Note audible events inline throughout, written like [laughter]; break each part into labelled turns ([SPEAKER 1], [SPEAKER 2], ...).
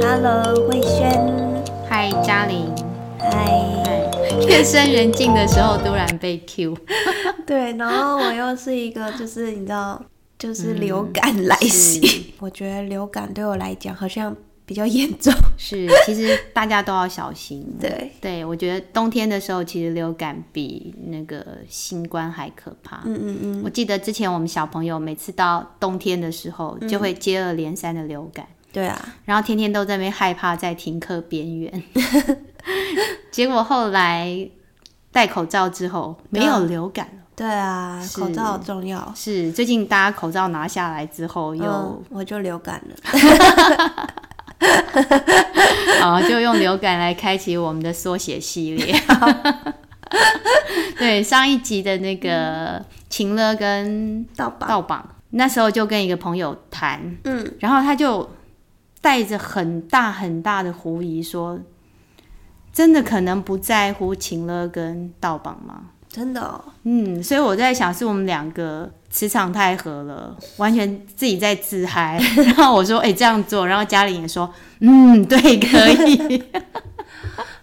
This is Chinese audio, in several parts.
[SPEAKER 1] Hello，慧轩，
[SPEAKER 2] 嗨，嘉玲。
[SPEAKER 1] 嗨。
[SPEAKER 2] 夜深人静的时候突然被 Q，
[SPEAKER 1] [laughs] 对，然后我又是一个，就是你知道，嗯就是流感来
[SPEAKER 2] 是
[SPEAKER 1] 袭。 [laughs] 我觉得流感对我来讲好像比较严重。 [laughs]
[SPEAKER 2] [laughs] 是，其实大家都要小心。
[SPEAKER 1] 对，
[SPEAKER 2] 对，我觉得冬天的时候，其实流感比那个新冠还可怕。
[SPEAKER 1] 嗯嗯嗯，
[SPEAKER 2] 我记得之前我们小朋友每次到冬天的时候，就会接二连三的流感，
[SPEAKER 1] 对啊，
[SPEAKER 2] 然后天天都在那边害怕在停课边缘。 [laughs] 结果后来戴口罩之后，没有流感哦了。
[SPEAKER 1] 对啊，
[SPEAKER 2] 是
[SPEAKER 1] 口罩好重要。
[SPEAKER 2] 是最近大家口罩拿下来之后又，
[SPEAKER 1] 嗯，我就流感了。
[SPEAKER 2] [laughs] 啊，就用流感来开启我们的缩写系列。 [laughs] 对，上一集的那个秦乐跟
[SPEAKER 1] 到吧，
[SPEAKER 2] 道榜，那时候就跟一个朋友谈，
[SPEAKER 1] 嗯，
[SPEAKER 2] 然后他就带着很大很大的狐疑说：“真的可能不在乎秦乐跟道榜吗
[SPEAKER 1] 真的哦，？”
[SPEAKER 2] 嗯，所以我在想，是我们两个磁场太合了，完全自己在自嗨。 [laughs] 然后我说：“哎、这样做。”然后嘉玲也说：“嗯，对，可以。”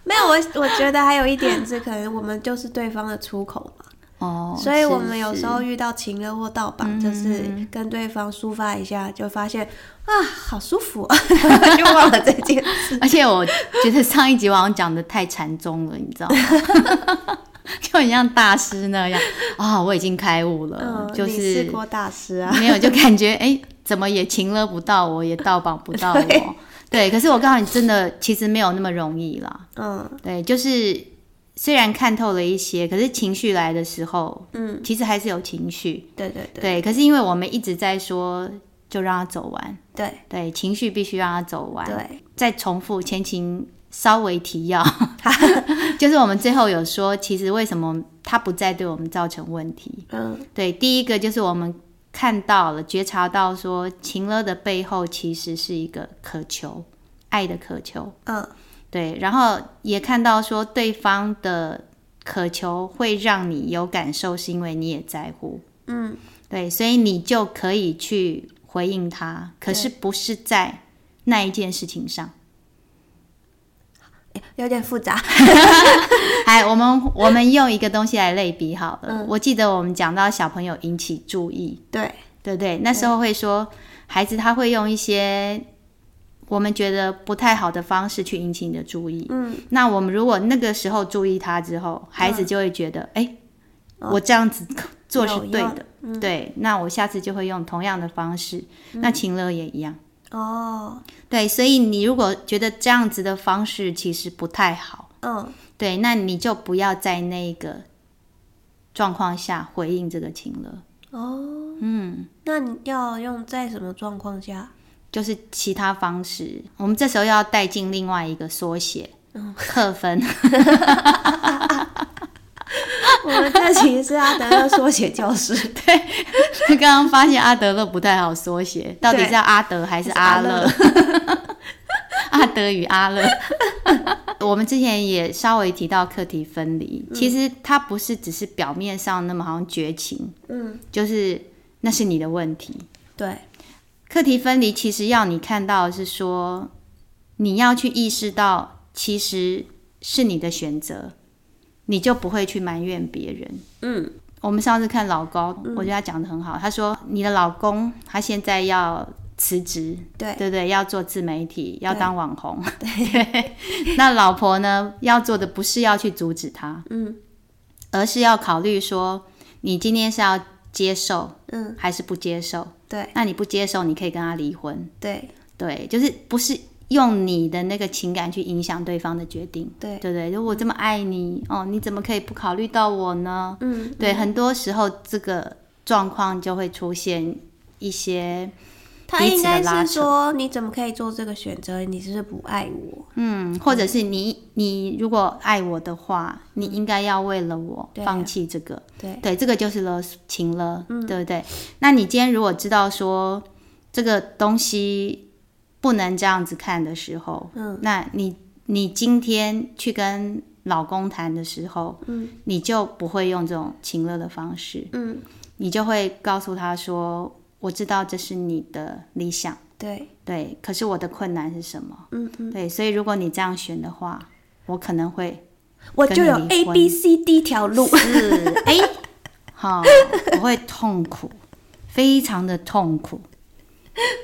[SPEAKER 1] 没有我，我觉得还有一点是，可能我们就是对方的出口嘛。
[SPEAKER 2] 哦，
[SPEAKER 1] 所以我
[SPEAKER 2] 是
[SPEAKER 1] 们有时候遇到情乐或盗榜，就是跟对方抒发一下，就发现啊，好舒服、啊，就忘了这件事。
[SPEAKER 2] 是而且我觉得上一集我好像讲的太禅宗了，你知道吗？
[SPEAKER 1] [laughs]
[SPEAKER 2] 就很像大师那样啊、我已经开悟了，
[SPEAKER 1] 嗯，
[SPEAKER 2] 就
[SPEAKER 1] 你
[SPEAKER 2] 是
[SPEAKER 1] 试过大师啊，
[SPEAKER 2] 没有就感觉哎、怎么也情勒不到我，也到绑不
[SPEAKER 1] [laughs]
[SPEAKER 2] 到我。对，可是我告诉你，真的其实没有那么容易啦。
[SPEAKER 1] 嗯
[SPEAKER 2] 对，就是虽然看透了一些，可是情绪来的时候，
[SPEAKER 1] 嗯，
[SPEAKER 2] 其实还是有情绪。
[SPEAKER 1] 对对对
[SPEAKER 2] 对，可是因为我们一直在说，就让它走完。
[SPEAKER 1] 对
[SPEAKER 2] 对，情绪必须让它走完。
[SPEAKER 1] 对，
[SPEAKER 2] 再重复前情稍微提要， [laughs] 就是我们最后有说，其实为什么他不再对我们造成问题？
[SPEAKER 1] 嗯
[SPEAKER 2] 对，第一个就是我们看到了、觉察到说，情勒的背后其实是一个渴求爱的渴求，
[SPEAKER 1] 嗯
[SPEAKER 2] 对，然后也看到说对方的渴求会让你有感受，是因为你也在乎，
[SPEAKER 1] 嗯，
[SPEAKER 2] 对，所以你就可以去回应他，可是不是在那一件事情上。
[SPEAKER 1] 有点复杂，
[SPEAKER 2] [laughs] 哎，我们我们用一个东西来类比好了。我记得我们讲到小朋友引起注意，
[SPEAKER 1] 对
[SPEAKER 2] 对不对？那时候会说，孩子他会用一些我们觉得不太好的方式去引起你的注意。嗯，那我们如果那个时候注意他之后，孩子就会觉得，哎、我这样子做是
[SPEAKER 1] 有
[SPEAKER 2] 对
[SPEAKER 1] 用
[SPEAKER 2] 的。对，那我下次就会用同样的方式。那情乐也一样。
[SPEAKER 1] 哦，
[SPEAKER 2] 对，所以你如果觉得这样子的方式其实不太好。
[SPEAKER 1] 嗯
[SPEAKER 2] 对，那你就不要在那个状况下回应这个情了，
[SPEAKER 1] 哦，嗯，那你要用在什么状况下？ [laughs]
[SPEAKER 2] 就是其他方式。我们这时候要带进另外一个缩写，克分。 [laughs]
[SPEAKER 1] 我们这其实是阿德勒缩写教室，
[SPEAKER 2] 刚刚发现阿德勒不太好缩写，到底
[SPEAKER 1] 对
[SPEAKER 2] 是阿德还是阿勒？ [laughs] 阿德与阿勒。 [laughs] 我们之前也稍微提到课题分离，其实它不是只是表面上那么好像绝情，
[SPEAKER 1] 嗯，
[SPEAKER 2] 就是那是你的问题。
[SPEAKER 1] 对，
[SPEAKER 2] 课题分离其实要你看到的是说，你要去意识到，其实是你的选择，你就不会去埋怨别人。
[SPEAKER 1] 嗯，
[SPEAKER 2] 我们上次看老高，我觉得他讲的很好，他说你的老公他现在要辞职，
[SPEAKER 1] 对
[SPEAKER 2] 对不对，要做自媒体，要当网红，
[SPEAKER 1] [laughs]
[SPEAKER 2] 对。 [laughs] 那老婆呢，要做的不是要去阻止他，
[SPEAKER 1] 嗯，
[SPEAKER 2] 而是要考虑说，你今天是要接受
[SPEAKER 1] 嗯
[SPEAKER 2] 还是不接受。
[SPEAKER 1] 对
[SPEAKER 2] 那你不接受，你可以跟他离婚。
[SPEAKER 1] 对
[SPEAKER 2] 对，就是不是用你的那个情感去影响对方的决定，
[SPEAKER 1] 对，
[SPEAKER 2] 对不对？如果我这么爱你，哦，你怎么可以不考虑到我呢？
[SPEAKER 1] 嗯
[SPEAKER 2] 对，很多时候这个状况就会出现一些，
[SPEAKER 1] 他
[SPEAKER 2] 彼此
[SPEAKER 1] 应
[SPEAKER 2] 的
[SPEAKER 1] 该
[SPEAKER 2] 拉
[SPEAKER 1] 是
[SPEAKER 2] 扯
[SPEAKER 1] 说你怎么可以做这个选择？你是不是不爱我？
[SPEAKER 2] 嗯，或者是你你如果爱我的话，你应该要为了我
[SPEAKER 1] 嗯对啊
[SPEAKER 2] 放弃这个。
[SPEAKER 1] 对嗯
[SPEAKER 2] 对，这个就是勒情勒，对不对？那你今天如果知道说这个东西不能这样子看的时候，嗯，那你你今天去跟老公谈的时候，嗯，你就不会用这种情勒的方式，
[SPEAKER 1] 嗯，啊
[SPEAKER 2] 你就会告诉他说，我知道这是你的理想，
[SPEAKER 1] 对，
[SPEAKER 2] 对，可是我的困难是什么？
[SPEAKER 1] 嗯嗯，
[SPEAKER 2] 对，所以如果你这样选的话，我可能会
[SPEAKER 1] 我就有
[SPEAKER 2] 跟你
[SPEAKER 1] A
[SPEAKER 2] 离婚
[SPEAKER 1] B C D 条路，
[SPEAKER 2] 是哎，好、
[SPEAKER 1] [laughs]
[SPEAKER 2] 我会痛苦，非常的痛苦。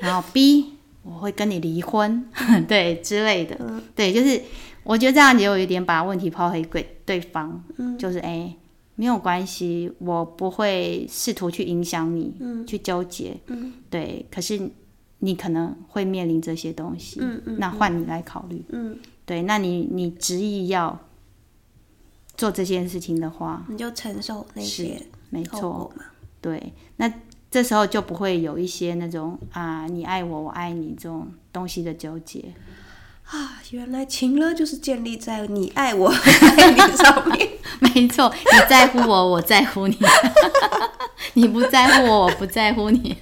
[SPEAKER 2] 然后 B，我会跟你离婚， [laughs] 对之类的，
[SPEAKER 1] 嗯
[SPEAKER 2] 对，就是我觉得这样也有一点把问题抛回给对方，
[SPEAKER 1] 嗯
[SPEAKER 2] 就是哎。没有关系，我不会试图去影响你，
[SPEAKER 1] 嗯
[SPEAKER 2] 去纠结，对。可是你可能会面临这些东西，
[SPEAKER 1] 嗯嗯
[SPEAKER 2] 那换你来考虑，
[SPEAKER 1] 嗯，
[SPEAKER 2] 对。那你你执意要做这件事情的话，
[SPEAKER 1] 你就承受那些
[SPEAKER 2] 没
[SPEAKER 1] 后
[SPEAKER 2] 错，
[SPEAKER 1] 果嘛。
[SPEAKER 2] 对。那这时候就不会有一些那种啊，你爱我，我爱你这种东西的纠结。 [laughs]
[SPEAKER 1] 啊，原来情了就是建立在你爱 [laughs] 我，我爱你上面。
[SPEAKER 2] 没错，你在乎我，我在乎你； [laughs] 你不在乎我，我不在乎你。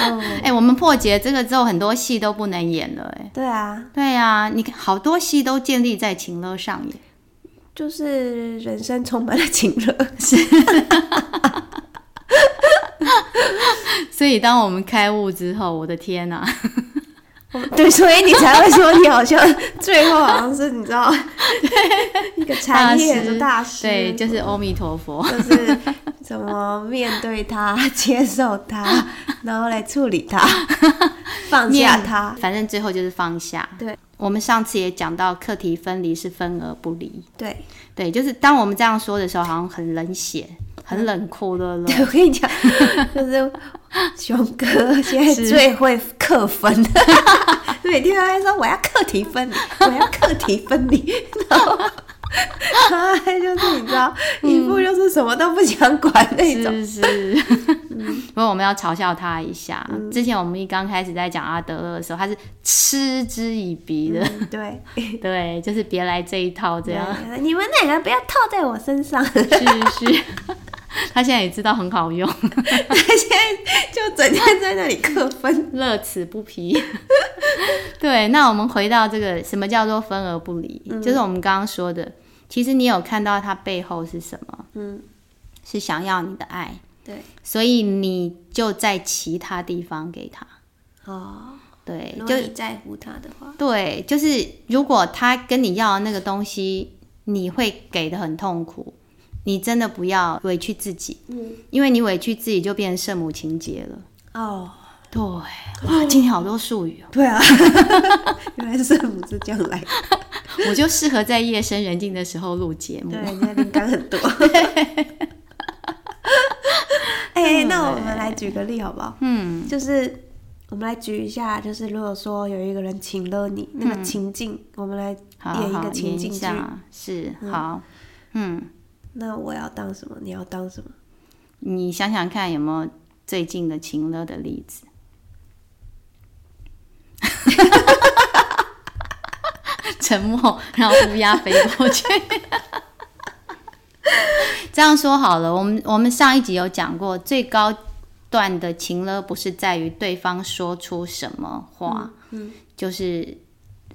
[SPEAKER 1] 哦
[SPEAKER 2] 哎、我们破解这个之后，很多戏都不能演了、哎，
[SPEAKER 1] 对啊，
[SPEAKER 2] 对啊，你看好多戏都建立在情乐上耶。
[SPEAKER 1] 就是人生充满了情了。
[SPEAKER 2] 所以，当我们开悟之后，我的天啊呐、
[SPEAKER 1] [laughs] 对，所以你才会说你好像 [laughs] 最后好像是你知 [laughs] 道一个产业的大师，嗯
[SPEAKER 2] 对，就是阿弥陀佛。
[SPEAKER 1] 就是怎么面对它、 [laughs] 接受它，然后来处理它、放
[SPEAKER 2] 面
[SPEAKER 1] 下它。
[SPEAKER 2] 反正最后就是放下。
[SPEAKER 1] 啊对，
[SPEAKER 2] 我们上次也讲到课题分离是分而不离。
[SPEAKER 1] 对，
[SPEAKER 2] 对，就是当我们这样说的时候，好像很冷血、很冷酷，对不对？
[SPEAKER 1] 对我跟你讲，就是熊哥现在最会克分， [laughs] 每天都在说我要课题分离，我要课题分离，然后。他就是你知道，一副就是什么都不想管那种。
[SPEAKER 2] 是是， [laughs] 不过我们要嘲笑他一下。之前我们一刚开始在讲阿德勒的时候，他是嗤之以鼻的，
[SPEAKER 1] 嗯对，
[SPEAKER 2] [laughs] 对，就是别来这一套这样。
[SPEAKER 1] 对你们两个不要套在我身上。 [laughs]
[SPEAKER 2] [laughs] 是是，他现在也知道很好用，
[SPEAKER 1] 他现在就整天在那里克分。
[SPEAKER 2] [laughs] 乐此不疲。 [laughs] 对，那我们回到这个什么叫做分而不离，就是我们刚刚说的，其实你有看到它背后是什么？
[SPEAKER 1] 嗯，
[SPEAKER 2] 是想要你的爱，
[SPEAKER 1] 对，
[SPEAKER 2] 所以你就在其他地方给他。
[SPEAKER 1] 哦，
[SPEAKER 2] 对，
[SPEAKER 1] 如
[SPEAKER 2] 就
[SPEAKER 1] 果你在乎他的话，
[SPEAKER 2] 对，就是如果他跟你要的那个东西，你会给的很痛苦，你真的不要委屈自己，
[SPEAKER 1] 嗯，
[SPEAKER 2] 因为你委屈自己就变成圣母情节了。
[SPEAKER 1] 哦，
[SPEAKER 2] 对，哇，今天好多术语哦，
[SPEAKER 1] 对啊， [laughs] 原来圣母是这样来的，
[SPEAKER 2] [laughs] 我就适合在夜深人静的时候录节目。
[SPEAKER 1] 对，你的灵感很多。 [laughs] 哎、那我们来举个例好不好？
[SPEAKER 2] 嗯，
[SPEAKER 1] 就是我们来举一下，就是如果说有一个人请了你，那个情境，我们来
[SPEAKER 2] 好
[SPEAKER 1] 演一
[SPEAKER 2] 好
[SPEAKER 1] 个情
[SPEAKER 2] 演一
[SPEAKER 1] 境剧。
[SPEAKER 2] 下，是好，嗯，
[SPEAKER 1] 那我要当什么？你要当什么？
[SPEAKER 2] 你想想看有没有最近的情乐的例子？ [laughs] 沉默，然后乌鸦飞过去。 [laughs] 这样说好了，我们我们上一集有讲过，最高段的情乐不是在于对方说出什么话，
[SPEAKER 1] 嗯嗯
[SPEAKER 2] 就是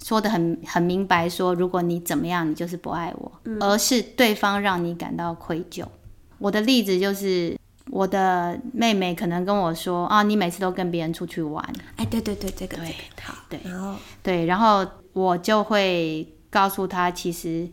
[SPEAKER 2] 说的很很明白说，如果你怎么样，你就是不爱我，
[SPEAKER 1] 嗯
[SPEAKER 2] 而是对方让你感到愧疚。我的例子就是，我的妹妹可能跟我说啊，你每次都跟别人出去玩，
[SPEAKER 1] 哎、对对对，这个
[SPEAKER 2] 对
[SPEAKER 1] 这个好。
[SPEAKER 2] 对
[SPEAKER 1] 然后
[SPEAKER 2] 对，然后我就会告诉她，其实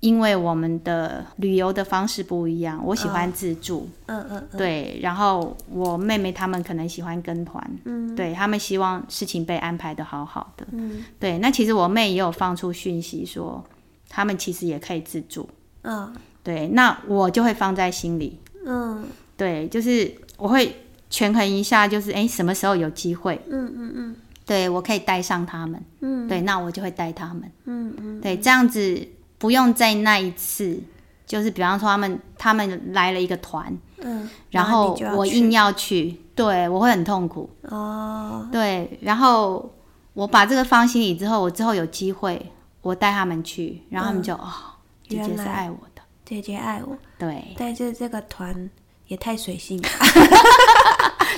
[SPEAKER 2] 因为我们的旅游的方式不一样，我喜欢自助，
[SPEAKER 1] 嗯嗯嗯，
[SPEAKER 2] 对，然后我妹妹她们可能喜欢跟团，
[SPEAKER 1] 嗯
[SPEAKER 2] 对她们希望事情被安排的好好的，
[SPEAKER 1] 嗯
[SPEAKER 2] 对，那其实我妹也有放出讯息说，她们其实也可以自助，
[SPEAKER 1] 嗯
[SPEAKER 2] 对，那我就会放在心里，
[SPEAKER 1] 嗯
[SPEAKER 2] 对，就是我会权衡一下，就是诶，什么时候有机会，
[SPEAKER 1] 嗯嗯嗯
[SPEAKER 2] 对我可以带上他们，
[SPEAKER 1] 嗯
[SPEAKER 2] 对，那我就会带他们，
[SPEAKER 1] 嗯嗯，
[SPEAKER 2] 对，这样子不用在那一次，就是比方说他们他们来了一个团，
[SPEAKER 1] 嗯，
[SPEAKER 2] 然
[SPEAKER 1] 你
[SPEAKER 2] 后
[SPEAKER 1] 就要
[SPEAKER 2] 我
[SPEAKER 1] 去
[SPEAKER 2] 硬要去，对我会很痛苦，
[SPEAKER 1] 哦，
[SPEAKER 2] 对，然后我把这个放心里之后，我之后有机会我带他们去，然后他们就、哦，姐姐
[SPEAKER 1] 嗯原
[SPEAKER 2] 是
[SPEAKER 1] 来
[SPEAKER 2] 爱我的，
[SPEAKER 1] 姐姐爱我，
[SPEAKER 2] 对 [laughs]
[SPEAKER 1] 但是这个团也太随性了，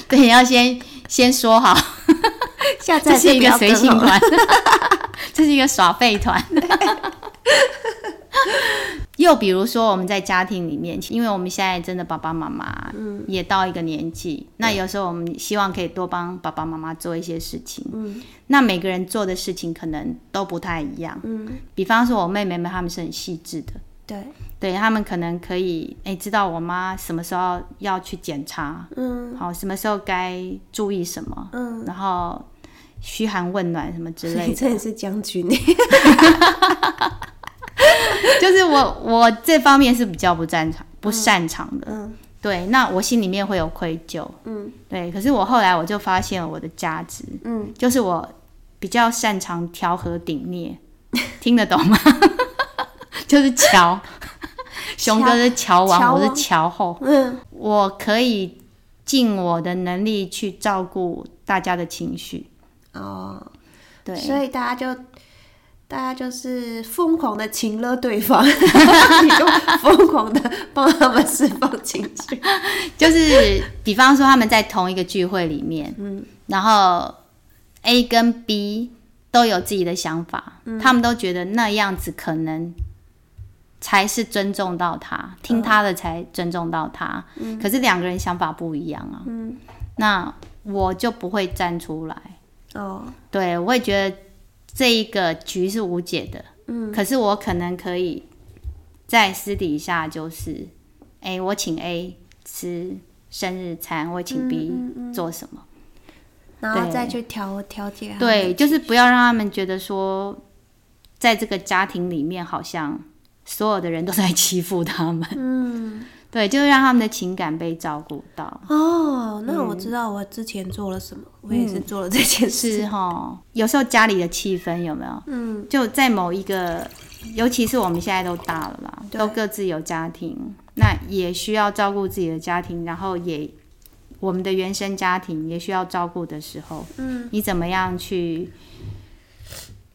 [SPEAKER 2] 对，要先先说好。
[SPEAKER 1] [laughs] 下次
[SPEAKER 2] 这
[SPEAKER 1] 还
[SPEAKER 2] 是一
[SPEAKER 1] 不
[SPEAKER 2] 个
[SPEAKER 1] 要
[SPEAKER 2] 随
[SPEAKER 1] 跟哦
[SPEAKER 2] 性
[SPEAKER 1] 好
[SPEAKER 2] [laughs]
[SPEAKER 1] 了
[SPEAKER 2] 团，这是一个耍废团。 [laughs] 又比如说我们在家庭里面，因为我们现在真的爸爸妈妈
[SPEAKER 1] 嗯
[SPEAKER 2] 也到一个年纪，那有时候我们希望可以多帮爸爸妈妈做一些事情。嗯，那每个人做的事情可能都不太一样。嗯，比方说我妹妹们她们是很细致的，
[SPEAKER 1] 对，
[SPEAKER 2] 对他们可能可以哎、知道我妈什么时候要去检查，
[SPEAKER 1] 嗯
[SPEAKER 2] 好什么时候该注意什么，
[SPEAKER 1] 嗯，
[SPEAKER 2] 然后嘘寒问暖什么之
[SPEAKER 1] 所
[SPEAKER 2] 类
[SPEAKER 1] 以 [laughs]
[SPEAKER 2] 的。
[SPEAKER 1] 真的是将军，
[SPEAKER 2] 就是我我这方面是比较不擅长不擅长的，
[SPEAKER 1] 嗯
[SPEAKER 2] 对，那我心里面会有愧疚，
[SPEAKER 1] 嗯
[SPEAKER 2] 对，可是我后来我就发现我的价值，
[SPEAKER 1] 嗯，
[SPEAKER 2] 就是我比较擅长调和鼎镊， [laughs] 听得懂吗？ [laughs] 就是
[SPEAKER 1] [laughs]
[SPEAKER 2] 乔，熊哥是乔王，
[SPEAKER 1] 乔
[SPEAKER 2] 我是
[SPEAKER 1] 王
[SPEAKER 2] 乔后，
[SPEAKER 1] 嗯
[SPEAKER 2] 我可以尽我的能力去照顾大家的情绪，
[SPEAKER 1] 哦，
[SPEAKER 2] 对，
[SPEAKER 1] 所以大家就大家就是疯狂的情勒对方， [laughs] 你就疯狂的帮他们释放情绪。
[SPEAKER 2] [laughs] 就是比方说他们在同一个聚会里面，嗯，然后 A 跟 B 都有自己的想法，他们都觉得那样子可能才是尊重到他，听他的才尊重到他。可是两个人想法不一样啊，
[SPEAKER 1] 嗯
[SPEAKER 2] 那我就不会站出来，
[SPEAKER 1] [laughs] 哦，
[SPEAKER 2] 对我会觉得这一个局是无解的，
[SPEAKER 1] 嗯
[SPEAKER 2] 可是我可能可以在私底下就是，哎、我请 A 吃生日餐，我请 B
[SPEAKER 1] 嗯嗯嗯
[SPEAKER 2] 做什么？
[SPEAKER 1] 然后
[SPEAKER 2] 对
[SPEAKER 1] 再去调调节。，
[SPEAKER 2] 对，就是不要让他们觉得说，在这个家庭里面好像所有的人都在欺负他们。 [laughs]
[SPEAKER 1] 嗯，
[SPEAKER 2] 对，就是让他们的情感被照顾到。
[SPEAKER 1] 哦，那我知道我之前做了什么，我也是做了这件事。
[SPEAKER 2] 是哈，有时候家里的气氛有没有？
[SPEAKER 1] 嗯
[SPEAKER 2] 就在某一个，尤其是我们现在都大了啦，
[SPEAKER 1] 对
[SPEAKER 2] 都各自有家庭，那也需要照顾自己的家庭，然后也我们的原生家庭也需要照顾的时候，
[SPEAKER 1] 嗯
[SPEAKER 2] 你怎么样去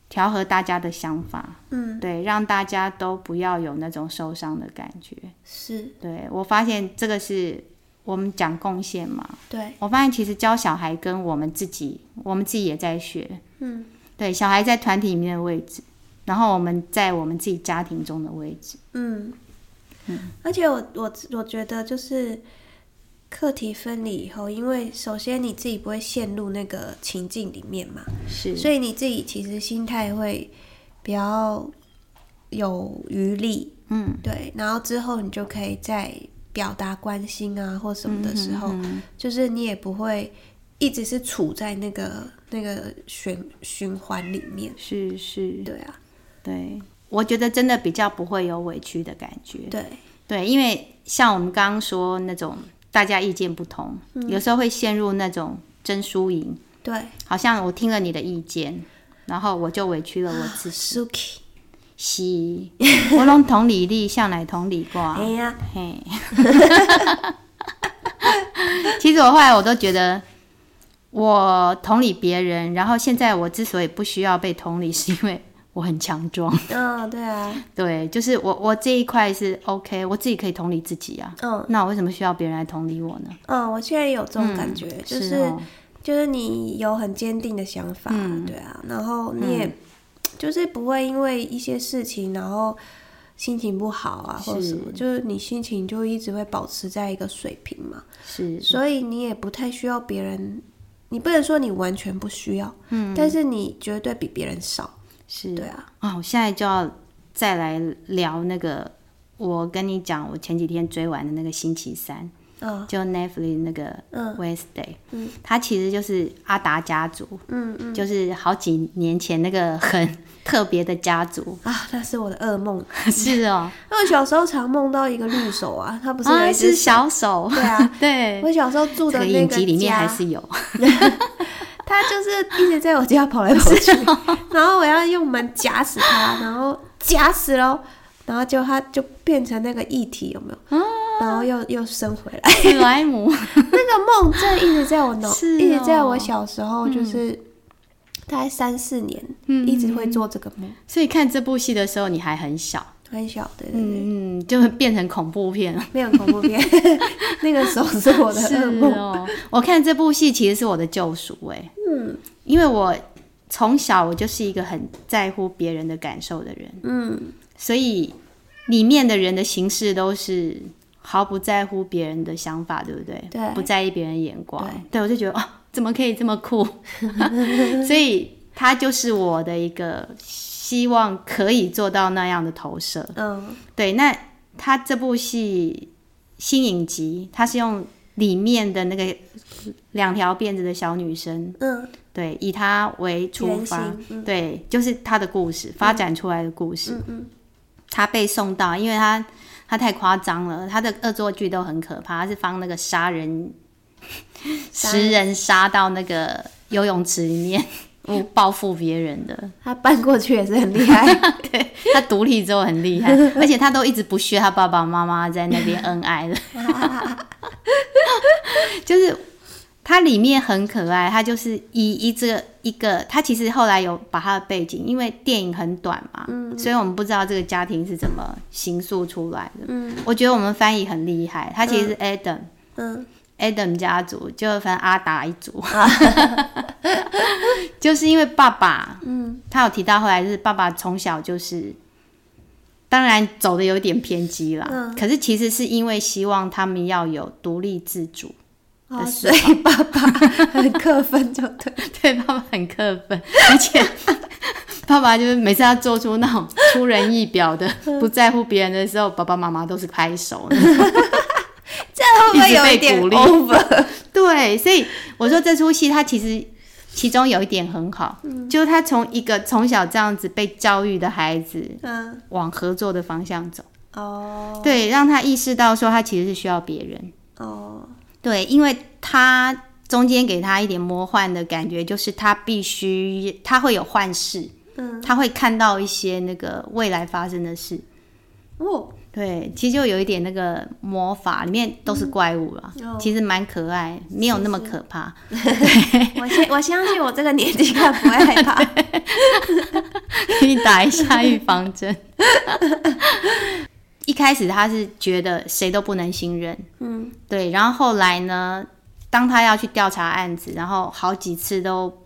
[SPEAKER 2] 调和大家的想法？
[SPEAKER 1] 嗯，
[SPEAKER 2] 对，让大家都不要有那种受伤的感觉。
[SPEAKER 1] 是
[SPEAKER 2] 对我发现这个是我们讲贡献嘛，
[SPEAKER 1] 对，
[SPEAKER 2] 我发现其实教小孩跟我们自己，我们自己也在学。
[SPEAKER 1] 嗯，
[SPEAKER 2] 对，小孩在团体里面的位置，然后我们在我们自己家庭中的位置。
[SPEAKER 1] 嗯。而且我我我觉得就是课题分离以后，因为首先你自己不会陷入那个情境里面嘛，
[SPEAKER 2] 是
[SPEAKER 1] 所以你自己其实心态会比较有余力，
[SPEAKER 2] 嗯，
[SPEAKER 1] 对，然后之后你就可以在表达关心啊或什么的时候，
[SPEAKER 2] 嗯嗯
[SPEAKER 1] 就是你也不会一直是处在那个那个循循环里面，
[SPEAKER 2] 是是，
[SPEAKER 1] 对啊，
[SPEAKER 2] 对，我觉得真的比较不会有委屈的感觉。
[SPEAKER 1] 对，
[SPEAKER 2] 对，因为像我们刚刚说那种大家意见不同，
[SPEAKER 1] 嗯
[SPEAKER 2] 有时候会陷入那种争输赢，
[SPEAKER 1] 对
[SPEAKER 2] 好像我听了你的意见，然后我就委屈了我自己。 [laughs]
[SPEAKER 1] ，Suki，
[SPEAKER 2] 是，我拢同理力，向来同理啊挂。
[SPEAKER 1] 哎呀，
[SPEAKER 2] 嘿， [laughs] 其实我后来我都觉得，我同理别人，然后现在我之所以不需要被同理，是因为我很强壮。 [laughs]
[SPEAKER 1] 嗯、对啊，
[SPEAKER 2] 对，就是我我这一块是 OK，我自己可以同理自己啊。
[SPEAKER 1] 嗯
[SPEAKER 2] 那我为什么需要别人来同理我呢？
[SPEAKER 1] 嗯，我现在也有这种感觉，
[SPEAKER 2] 嗯
[SPEAKER 1] 就是是
[SPEAKER 2] 哦嗯
[SPEAKER 1] 就是你有很坚定的想法，对啊，然后你也、就是不会因为一些事情，然后心情不好啊或者什么，就是你心情就一直会保持在一个水平嘛，
[SPEAKER 2] 是
[SPEAKER 1] 所以你也不太需要别人，你不能说你完全不需要，嗯，但是你绝对比别人少，
[SPEAKER 2] 是，
[SPEAKER 1] 对啊，
[SPEAKER 2] 啊，我现在就要再来聊那个，我跟你讲，我前几天追完的那个星期三，
[SPEAKER 1] 嗯
[SPEAKER 2] 就 Netflix 那个
[SPEAKER 1] 嗯
[SPEAKER 2] Wednesday，
[SPEAKER 1] 嗯
[SPEAKER 2] 它其实就是阿达家族，
[SPEAKER 1] 嗯嗯
[SPEAKER 2] 就是好几年前那
[SPEAKER 1] [laughs]
[SPEAKER 2] 个很特别的家族。 [laughs]
[SPEAKER 1] 啊，那是我的噩梦， [laughs]
[SPEAKER 2] 是哦，
[SPEAKER 1] 因为我小时候常梦到一个绿手啊，它不是有
[SPEAKER 2] 啊
[SPEAKER 1] 一只
[SPEAKER 2] 是小手，
[SPEAKER 1] 对啊
[SPEAKER 2] [laughs] 对，
[SPEAKER 1] 我小时候住
[SPEAKER 2] 这
[SPEAKER 1] 的
[SPEAKER 2] 个
[SPEAKER 1] 那
[SPEAKER 2] 影
[SPEAKER 1] 个
[SPEAKER 2] 集里面还
[SPEAKER 1] 家 [laughs]
[SPEAKER 2] 是有，
[SPEAKER 1] 他就是一直在我家跑来跑
[SPEAKER 2] [laughs]
[SPEAKER 1] 去，
[SPEAKER 2] 哦
[SPEAKER 1] 然后我要用门夹死他，然后夹死喽，然后就他就变成那个液体，有没
[SPEAKER 2] 啊
[SPEAKER 1] 有？然后又又升回来，
[SPEAKER 2] 史莱姆， [laughs]
[SPEAKER 1] 那个梦真的一直在我脑，
[SPEAKER 2] 是哦
[SPEAKER 1] 一直在我小时候，就是、大概三四年，
[SPEAKER 2] 嗯
[SPEAKER 1] 一直会做这个梦，
[SPEAKER 2] 所以看这部戏的时候你还很小，
[SPEAKER 1] 很小，对对对，
[SPEAKER 2] 嗯，就会变成恐怖片了。
[SPEAKER 1] 没有恐怖片， [laughs] 那个时候是我的
[SPEAKER 2] 是
[SPEAKER 1] 噩梦，
[SPEAKER 2] 哦，我看这部戏其实是我的救赎哎、嗯，因为我从小我就是一个很在乎别人的感受的人，
[SPEAKER 1] 嗯
[SPEAKER 2] 所以里面的人的行事都是毫不在乎别人的想法，对不对？
[SPEAKER 1] 对
[SPEAKER 2] 不在意别人眼光。对，我就觉得哦，怎么可以这
[SPEAKER 1] [laughs]
[SPEAKER 2] 么酷？所以他就是我的一个希望可以做到那样的投射。
[SPEAKER 1] 嗯，
[SPEAKER 2] 对，那他这部戏新影集，他是用里面的那个两条辫子的小女生，
[SPEAKER 1] 嗯，
[SPEAKER 2] 对，以她为出
[SPEAKER 1] 原
[SPEAKER 2] 发，
[SPEAKER 1] 型，嗯
[SPEAKER 2] 对，就是她的故事发展出来的故事。
[SPEAKER 1] 嗯嗯，
[SPEAKER 2] 他被送到，因为他他太夸张了，他的恶作剧都很可怕，他是放那个杀人，
[SPEAKER 1] 杀
[SPEAKER 2] 十人杀到那个游泳池里
[SPEAKER 1] [laughs]
[SPEAKER 2] 面，报复别人的。
[SPEAKER 1] 他搬过去也是很厉
[SPEAKER 2] [laughs]
[SPEAKER 1] 害，
[SPEAKER 2] 他独立之后很
[SPEAKER 1] [laughs]
[SPEAKER 2] 厉害，而且他都一直不屑他爸爸妈妈在那边恩爱的， [laughs] 就是他里面很可爱，他就是一一这一个，他其实后来有把他的背景，因为电影很短嘛，
[SPEAKER 1] 嗯
[SPEAKER 2] 所以我们不知道这个家庭是怎么形塑出来的。
[SPEAKER 1] 嗯
[SPEAKER 2] 我觉得我们翻译很厉害，他其实是 Adam、
[SPEAKER 1] 嗯
[SPEAKER 2] Adam 家族，就反正阿达一族，
[SPEAKER 1] 啊
[SPEAKER 2] [laughs] 就是因为爸爸
[SPEAKER 1] 嗯
[SPEAKER 2] 他有提到后来就是爸爸从小就是，当然走的有点偏激啦，
[SPEAKER 1] 嗯
[SPEAKER 2] 可是其实是因为希望他们要有独立自主，
[SPEAKER 1] 哦，
[SPEAKER 2] 的
[SPEAKER 1] 所以爸爸很扣分就对，
[SPEAKER 2] [laughs] 对爸爸很刻本，而且 [laughs] 爸爸就是每次他做出那种出人意表的、
[SPEAKER 1] 嗯
[SPEAKER 2] 不在乎别人的时候，爸爸妈妈都是拍手的。
[SPEAKER 1] 这会不会有一
[SPEAKER 2] 一直被
[SPEAKER 1] 点
[SPEAKER 2] 鼓励
[SPEAKER 1] over？
[SPEAKER 2] [laughs] 对，所以我说这出戏它其实其中有一点很好，
[SPEAKER 1] 嗯
[SPEAKER 2] 就是他从一个从小这样子被教育的孩子
[SPEAKER 1] 嗯，
[SPEAKER 2] 往合作的方向走。
[SPEAKER 1] 哦
[SPEAKER 2] 对，让他意识到说他其实是需要别人。
[SPEAKER 1] 哦，
[SPEAKER 2] 对，因为他中间给他一点魔幻的感觉，就是他必须他会有幻视，
[SPEAKER 1] 嗯
[SPEAKER 2] 他会看到一些那个未来发生的事。
[SPEAKER 1] 哦，
[SPEAKER 2] 对，其实就有一点那个魔法，里面都是怪物啦，
[SPEAKER 1] 嗯哦
[SPEAKER 2] 其实蛮可爱，没有那么可怕。
[SPEAKER 1] 我相我相信我这个年纪应该不会害怕，
[SPEAKER 2] [laughs] 你打一下预防针。 [laughs] 一开始他是觉得谁都不能信任，
[SPEAKER 1] 嗯
[SPEAKER 2] 对，然后后来呢，当他要去调查案子，然后好几次都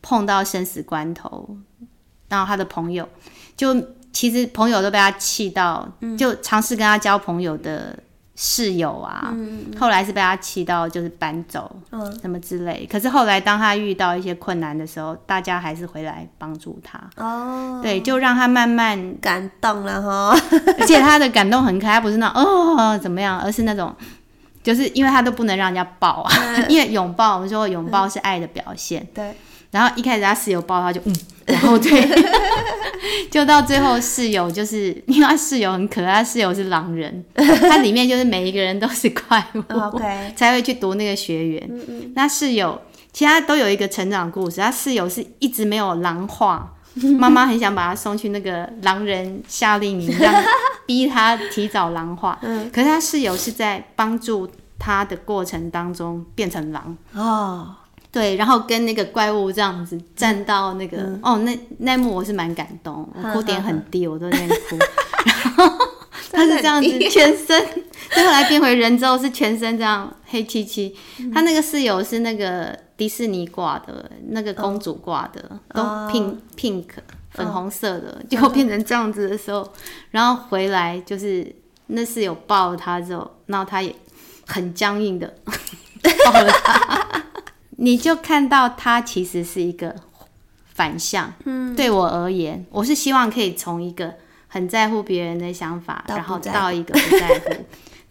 [SPEAKER 2] 碰到生死关头，然后他的朋友就其实朋友都被他气到，就尝试跟他交朋友的室友啊，后来是被他气到就是搬走
[SPEAKER 1] 嗯
[SPEAKER 2] 什么之类。可是后来当他遇到一些困难的时候，大家还是回来帮助他，
[SPEAKER 1] 哦，
[SPEAKER 2] 对，就让他
[SPEAKER 1] [laughs]
[SPEAKER 2] 慢慢
[SPEAKER 1] 感动了哈，
[SPEAKER 2] 而且他的感动很可爱，不是那种哦怎么样，而是那种，就是因为他都不能让人家抱啊， [laughs] 因为拥抱，我们说拥抱是爱的表现。
[SPEAKER 1] 对，
[SPEAKER 2] 然后一开始他室友抱他就嗯，然后对，就到最后室友就是因为他室友很可爱，他室友是狼人，他里面就是每一个人都是怪物
[SPEAKER 1] OK
[SPEAKER 2] 才会去读那个学员。那室友其他都有一个成长故事，他室友是一直没有狼化。妈妈很想把他送去那个狼人夏令营，让逼他提早狼化。可是他室友是在帮助他的过程当中变成狼。
[SPEAKER 1] [laughs] 哦，
[SPEAKER 2] 对，然后跟那个怪物这样子站到那个、哦，那那一幕我是蛮感动，我哭点很低，我都在那边哭。 [laughs] 然后他是这样
[SPEAKER 1] 真的很
[SPEAKER 2] 子
[SPEAKER 1] 低
[SPEAKER 2] 全身，最后来变回人之后是全身这样黑漆漆。他那个室友是那个迪士尼挂的，那个公主挂的，都
[SPEAKER 1] 哦
[SPEAKER 2] pink pink 粉红色的，结果变成这样子的时候，然后回来就是那室友抱了他之后，然后他也很僵硬的抱了他， [laughs] 你就看到他其实是一个反向。
[SPEAKER 1] 嗯，
[SPEAKER 2] 对我而言，我是希望可以从一个很在乎别人的想法，
[SPEAKER 1] 到不
[SPEAKER 2] 然后
[SPEAKER 1] 在
[SPEAKER 2] 到一个不在 [laughs] 乎。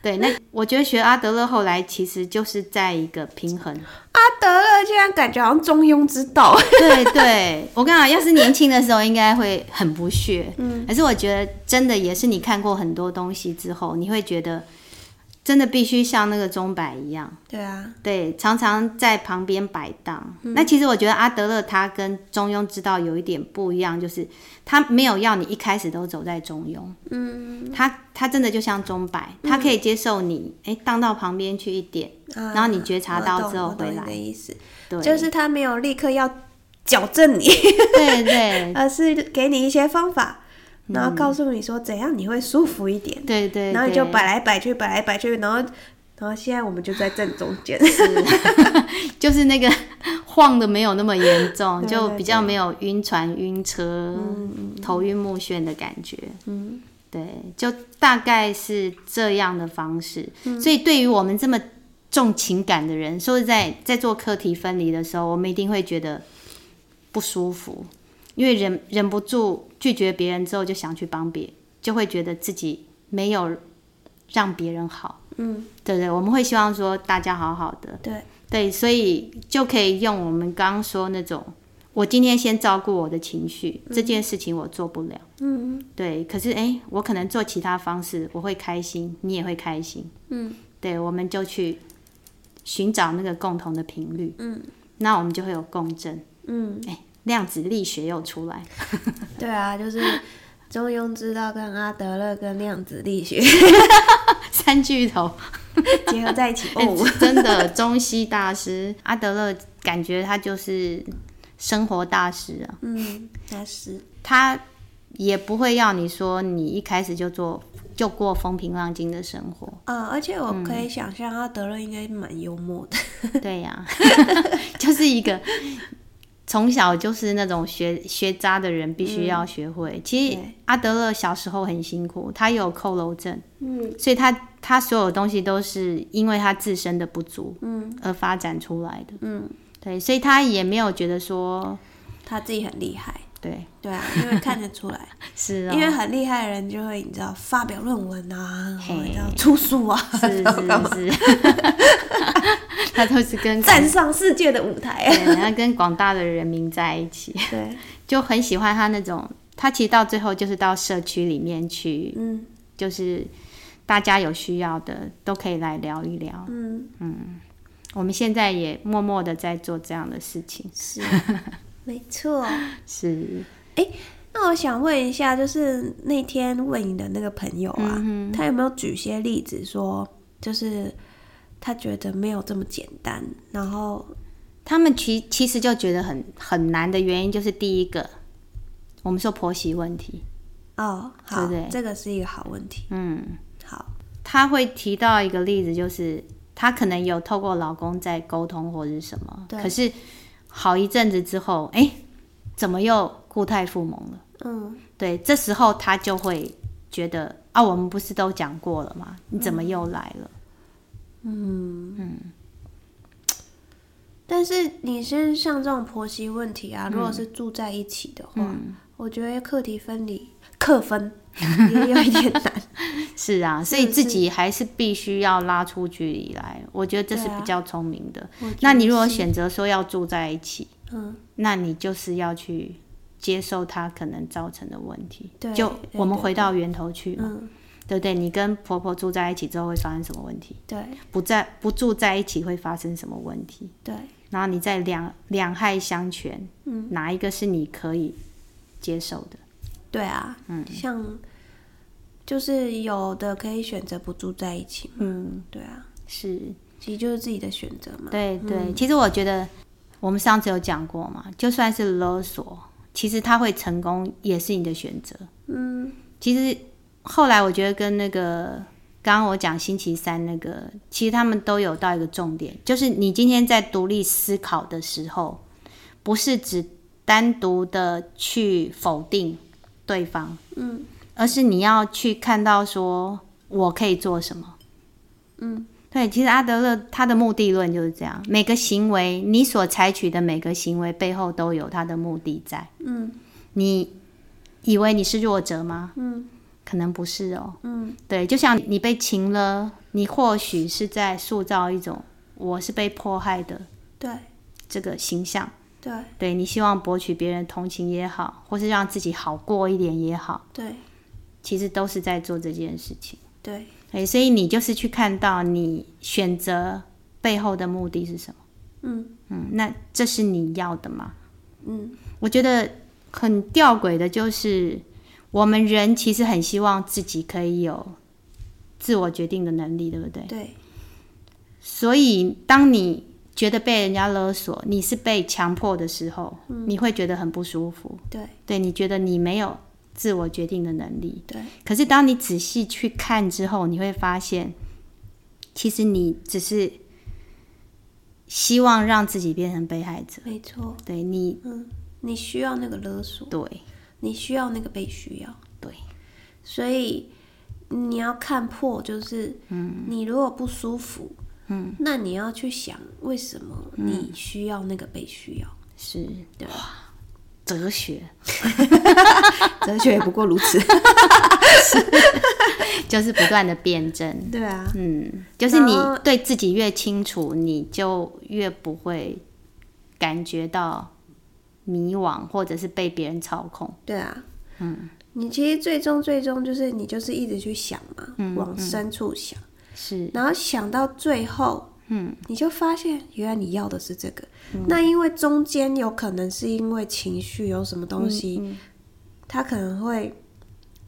[SPEAKER 2] 对，那我觉得学阿德勒后来其实就是在一个平 [laughs] 衡。
[SPEAKER 1] 阿德勒竟然感觉好像中庸之道，
[SPEAKER 2] 对对，我跟你讲，要是年轻的时候，应该会很不屑。嗯，可是我觉得真的也是你看过很多东西之后，你会觉得真的必须像那个钟摆一样，
[SPEAKER 1] 对啊，
[SPEAKER 2] 对，常常在旁边摆荡。
[SPEAKER 1] 嗯
[SPEAKER 2] 那其实我觉得阿德勒他跟中庸之道有一点不一样，就是他没有要你一开始都走在中庸，嗯，他他真的就像钟摆，
[SPEAKER 1] 嗯
[SPEAKER 2] 他可以接受你哎荡到旁边去一点，
[SPEAKER 1] 啊
[SPEAKER 2] 然后你觉察到之后
[SPEAKER 1] 我懂
[SPEAKER 2] 回
[SPEAKER 1] 我懂你
[SPEAKER 2] 来，
[SPEAKER 1] 的意思， [laughs]
[SPEAKER 2] 对，
[SPEAKER 1] 就是他没有立刻要矫正你，
[SPEAKER 2] 对对
[SPEAKER 1] 而是给你一些方法，然后告诉你说怎样你会舒服一点，
[SPEAKER 2] 对对，
[SPEAKER 1] 然后你就
[SPEAKER 2] 对
[SPEAKER 1] 摆来摆去，摆来摆去，然后然后现在我们就在正中 [laughs] 间，
[SPEAKER 2] 就是那个 [laughs] 晃的没有那么严重，
[SPEAKER 1] 对
[SPEAKER 2] 就
[SPEAKER 1] 对嗯
[SPEAKER 2] 比较没有晕船、晕车、头晕目眩的感觉。嗯，对，就大概是这样的方式。
[SPEAKER 1] 嗯
[SPEAKER 2] 所以对于我们这么重情感的人，说实在，在做课题分离的时候，我们一定会觉得不舒服，因为忍忍不住拒绝别人之后，就想去帮别，就会觉得自己没有让别人好。嗯，对不对？我们会希望说大家好好的。
[SPEAKER 1] 对
[SPEAKER 2] 对，所以就可以用我们刚刚说那种，我今天先照顾我的情绪、这件事情，我做不了。嗯，对。可是诶，我可能做其他方式，我会开心，你也会开心。嗯，对，我们就去寻找那个共同的频率。嗯，那我们就会有共振。嗯，哎，量子力学又出来。
[SPEAKER 1] [laughs]
[SPEAKER 2] [laughs]
[SPEAKER 1] 对啊，就是中庸之道跟阿德勒跟量子力 [laughs] 学
[SPEAKER 2] 三巨头，
[SPEAKER 1] 结合在一起。哦，
[SPEAKER 2] 哎 [laughs] 真的中西大师阿德勒，感觉他就是生活大师啊，
[SPEAKER 1] 嗯，那是
[SPEAKER 2] 他也不会要你说你一开始就做就过风平浪静的生 [laughs] 活，
[SPEAKER 1] 呃，而且我可以想象阿德勒应该蛮幽默的。
[SPEAKER 2] 对呀、 [laughs] 就是一个从小就是那种学学渣的人，必须要学会。其实阿德勒小时候很辛苦，他有佝偻症，嗯，所以他他所有东西都是因为他自身的不足，嗯，而发展出来的，嗯，对，所以他也没有觉得说，
[SPEAKER 1] 他自己很厉害，
[SPEAKER 2] 对，
[SPEAKER 1] 对啊，因为看得出 [laughs] 来，
[SPEAKER 2] 是哦
[SPEAKER 1] 因，为很厉害的人就会你知道发表论文啊，
[SPEAKER 2] 嘿
[SPEAKER 1] 然后你知道出书啊，
[SPEAKER 2] 是
[SPEAKER 1] [laughs] 然后干嘛
[SPEAKER 2] 是是，他都是 [laughs] 跟广
[SPEAKER 1] 站上世界的舞台啊。
[SPEAKER 2] 对，他跟广大的人民在一起。
[SPEAKER 1] [laughs] 对，
[SPEAKER 2] 就很喜欢他那种，他其实到最后就是到社区里面去，
[SPEAKER 1] 嗯
[SPEAKER 2] 就是大家有需要的都可以来聊一聊。
[SPEAKER 1] 嗯，
[SPEAKER 2] 我们现在也默默的在做这样的事情，
[SPEAKER 1] 是，没错。
[SPEAKER 2] 是，
[SPEAKER 1] 那我想问一下，就是那天问你的那个朋友啊，
[SPEAKER 2] 嗯
[SPEAKER 1] 他有没有举些例子说，就是他觉得没有这么简单，然后
[SPEAKER 2] 他们其其实就觉得很很难的原因就是第一个，我们说婆媳问题，
[SPEAKER 1] 哦，好，
[SPEAKER 2] 对不对
[SPEAKER 1] 这个是一个好问题。
[SPEAKER 2] 嗯，
[SPEAKER 1] 好，
[SPEAKER 2] 他会提到一个例子，就是她可能有透过老公在沟通或是什么，
[SPEAKER 1] 对
[SPEAKER 2] 可是好一阵子之后，哎，怎么又固态复萌了？
[SPEAKER 1] 嗯
[SPEAKER 2] 对，这时候他就会觉得啊，我们不是都讲过了吗？你怎么又来了？
[SPEAKER 1] 嗯嗯。但是你是像这种婆媳问题啊，
[SPEAKER 2] 嗯
[SPEAKER 1] 如果是住在一起的话，我觉得课题分离、课分也有一点
[SPEAKER 2] [laughs]
[SPEAKER 1] 难。
[SPEAKER 2] 是啊，所以自己还是必须要拉出距离来。我觉得这是
[SPEAKER 1] 对啊
[SPEAKER 2] 比较聪明的。
[SPEAKER 1] 啊我觉得
[SPEAKER 2] 那你如果
[SPEAKER 1] 是
[SPEAKER 2] 选择说要住在一起，
[SPEAKER 1] 嗯，
[SPEAKER 2] 那你就是要去接受它可能造成的问题。
[SPEAKER 1] 对
[SPEAKER 2] 就
[SPEAKER 1] 对
[SPEAKER 2] 我们
[SPEAKER 1] 对
[SPEAKER 2] 回到源头去嘛，
[SPEAKER 1] 嗯，
[SPEAKER 2] 对不对？你跟婆婆住在一起之后会发生什么问题？
[SPEAKER 1] 对
[SPEAKER 2] 不在不住在一起会发生什么问题？
[SPEAKER 1] 对，
[SPEAKER 2] 然后你再两两害相权，嗯，哪一个是你可以接受的？
[SPEAKER 1] 对啊，嗯，像就是有的可以选择不住在一起嘛，
[SPEAKER 2] 嗯，
[SPEAKER 1] 对啊，
[SPEAKER 2] 是
[SPEAKER 1] 其实就是自己的选择嘛，嗯
[SPEAKER 2] 对对。其实我觉得我们上次有讲过嘛，就算是勒索，其实他会成功也是你的选择。
[SPEAKER 1] 嗯，
[SPEAKER 2] 其实后来我觉得跟那个刚刚我讲星期三那个，其实他们都有到一个重点，就是你今天在独立思考的时候，不是只单独的去否定对方，
[SPEAKER 1] 嗯，
[SPEAKER 2] 而是你要去看到说我可以做什么，嗯。对，其实阿德勒他的目的论就是这样，每个行为，你所采取的每个行为背后都有他的目的在。
[SPEAKER 1] 嗯
[SPEAKER 2] 你以为你是弱者吗？
[SPEAKER 1] 嗯
[SPEAKER 2] 可能不是哦。
[SPEAKER 1] 嗯，
[SPEAKER 2] 对，就像你被擒了，你或许是在塑造一种我是被迫害的
[SPEAKER 1] 对
[SPEAKER 2] 这个形象。
[SPEAKER 1] 对
[SPEAKER 2] 对你希望博取别人同情也好，或是让自己好过一点也好，
[SPEAKER 1] 对
[SPEAKER 2] 其实都是在做这件事情。
[SPEAKER 1] 对，
[SPEAKER 2] 对，所以你就是去看到你选择背后的目的是什么。
[SPEAKER 1] 嗯
[SPEAKER 2] 嗯，那这是你要的吗？
[SPEAKER 1] 嗯
[SPEAKER 2] 我觉得很吊诡的就是，我们人其实很希望自己可以有自我决定的能力，对不对？
[SPEAKER 1] 对
[SPEAKER 2] 所以，当你觉得被人家勒索，你是被强迫的时候，
[SPEAKER 1] 嗯
[SPEAKER 2] 你会觉得很不舒服。
[SPEAKER 1] 对
[SPEAKER 2] 对，你觉得你没有自我决定的能力。
[SPEAKER 1] 对
[SPEAKER 2] 可是，当你仔细去看之后，你会发现，其实你只是希望让自己变成被害者。
[SPEAKER 1] 没错，
[SPEAKER 2] 对你，
[SPEAKER 1] 嗯，你需要那个勒索，
[SPEAKER 2] 对
[SPEAKER 1] 你需要那个被需要，
[SPEAKER 2] 对，
[SPEAKER 1] 所以你要看破，就是，嗯，你如果不舒服，嗯，那你要去想为什么你需要那个被需要。
[SPEAKER 2] 是对哲学
[SPEAKER 1] [laughs]
[SPEAKER 2] [laughs]
[SPEAKER 1] 哲学也不过如此。
[SPEAKER 2] 就是不断的辩
[SPEAKER 1] [laughs]
[SPEAKER 2] 证，
[SPEAKER 1] [laughs] 对啊，
[SPEAKER 2] 嗯，就是你
[SPEAKER 1] 然后
[SPEAKER 2] 对自己越清楚，你就越不会感觉到迷惘，或者是被别人操控。
[SPEAKER 1] 对啊，嗯，你其实最终最终就是你就是一直去想嘛，往深处想，
[SPEAKER 2] 是，
[SPEAKER 1] 然后想到最后，嗯，你就发现原来你要的是这个。那因为中间有可能是因为情绪有什么东西，它可能会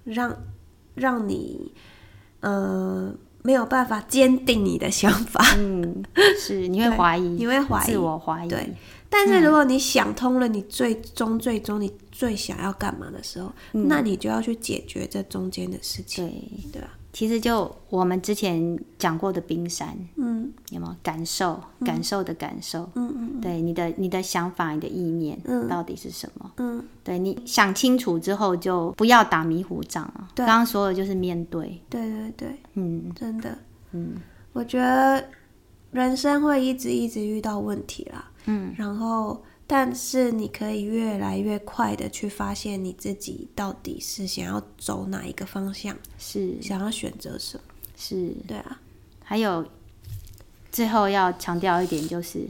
[SPEAKER 1] 让让你呃没有办法坚定你的想法，
[SPEAKER 2] 嗯，是，你会
[SPEAKER 1] 对
[SPEAKER 2] 怀疑，
[SPEAKER 1] 你会怀疑
[SPEAKER 2] 自。我怀疑，
[SPEAKER 1] 对，但是如果你想通了，你最终最终你最想要干嘛的时候，那你就要去解决这中间的事情，
[SPEAKER 2] 对，
[SPEAKER 1] 嗯对吧？
[SPEAKER 2] 其实就我们之前讲过的冰山，
[SPEAKER 1] 嗯
[SPEAKER 2] 有没有感受？感受的感受，
[SPEAKER 1] 嗯嗯
[SPEAKER 2] 对你的你的想法、你的意念，
[SPEAKER 1] 嗯
[SPEAKER 2] 到底是什么？
[SPEAKER 1] 嗯，
[SPEAKER 2] 对你想清楚之后，就不要打迷糊仗啊。
[SPEAKER 1] 对
[SPEAKER 2] 刚刚说的就是面对，
[SPEAKER 1] 对对对，
[SPEAKER 2] 嗯，
[SPEAKER 1] 真的，嗯，我觉得人生会一直一直遇到问题啦，嗯，然后但是你可以越来越快的去发现你自己到底是想要走哪一个方向，
[SPEAKER 2] 是
[SPEAKER 1] 想要选择什么，
[SPEAKER 2] 是，
[SPEAKER 1] 对啊，
[SPEAKER 2] 还有最后要强调一点，就是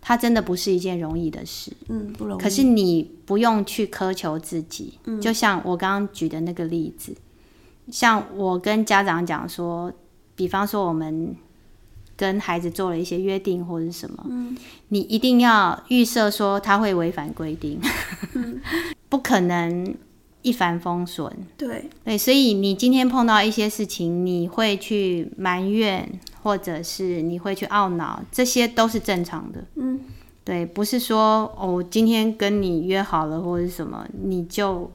[SPEAKER 2] 它真的不是一件容易的事。
[SPEAKER 1] 嗯，不容易，嗯
[SPEAKER 2] 可是你不用去苛求自己，就像我刚刚举的那个例子，像我跟家长讲说，比方说我们跟孩子做了一些约定或者是什么，
[SPEAKER 1] 嗯
[SPEAKER 2] 你一定要预设说他会违反规定，
[SPEAKER 1] 嗯
[SPEAKER 2] [laughs] 不可能一帆风顺。
[SPEAKER 1] 对，
[SPEAKER 2] 对，所以你今天碰到一些事情，你会去埋怨，或者是你会去懊恼，这些都是正常的。
[SPEAKER 1] 嗯，
[SPEAKER 2] 对，不是说哦，我今天跟你约好了或者是什么，你就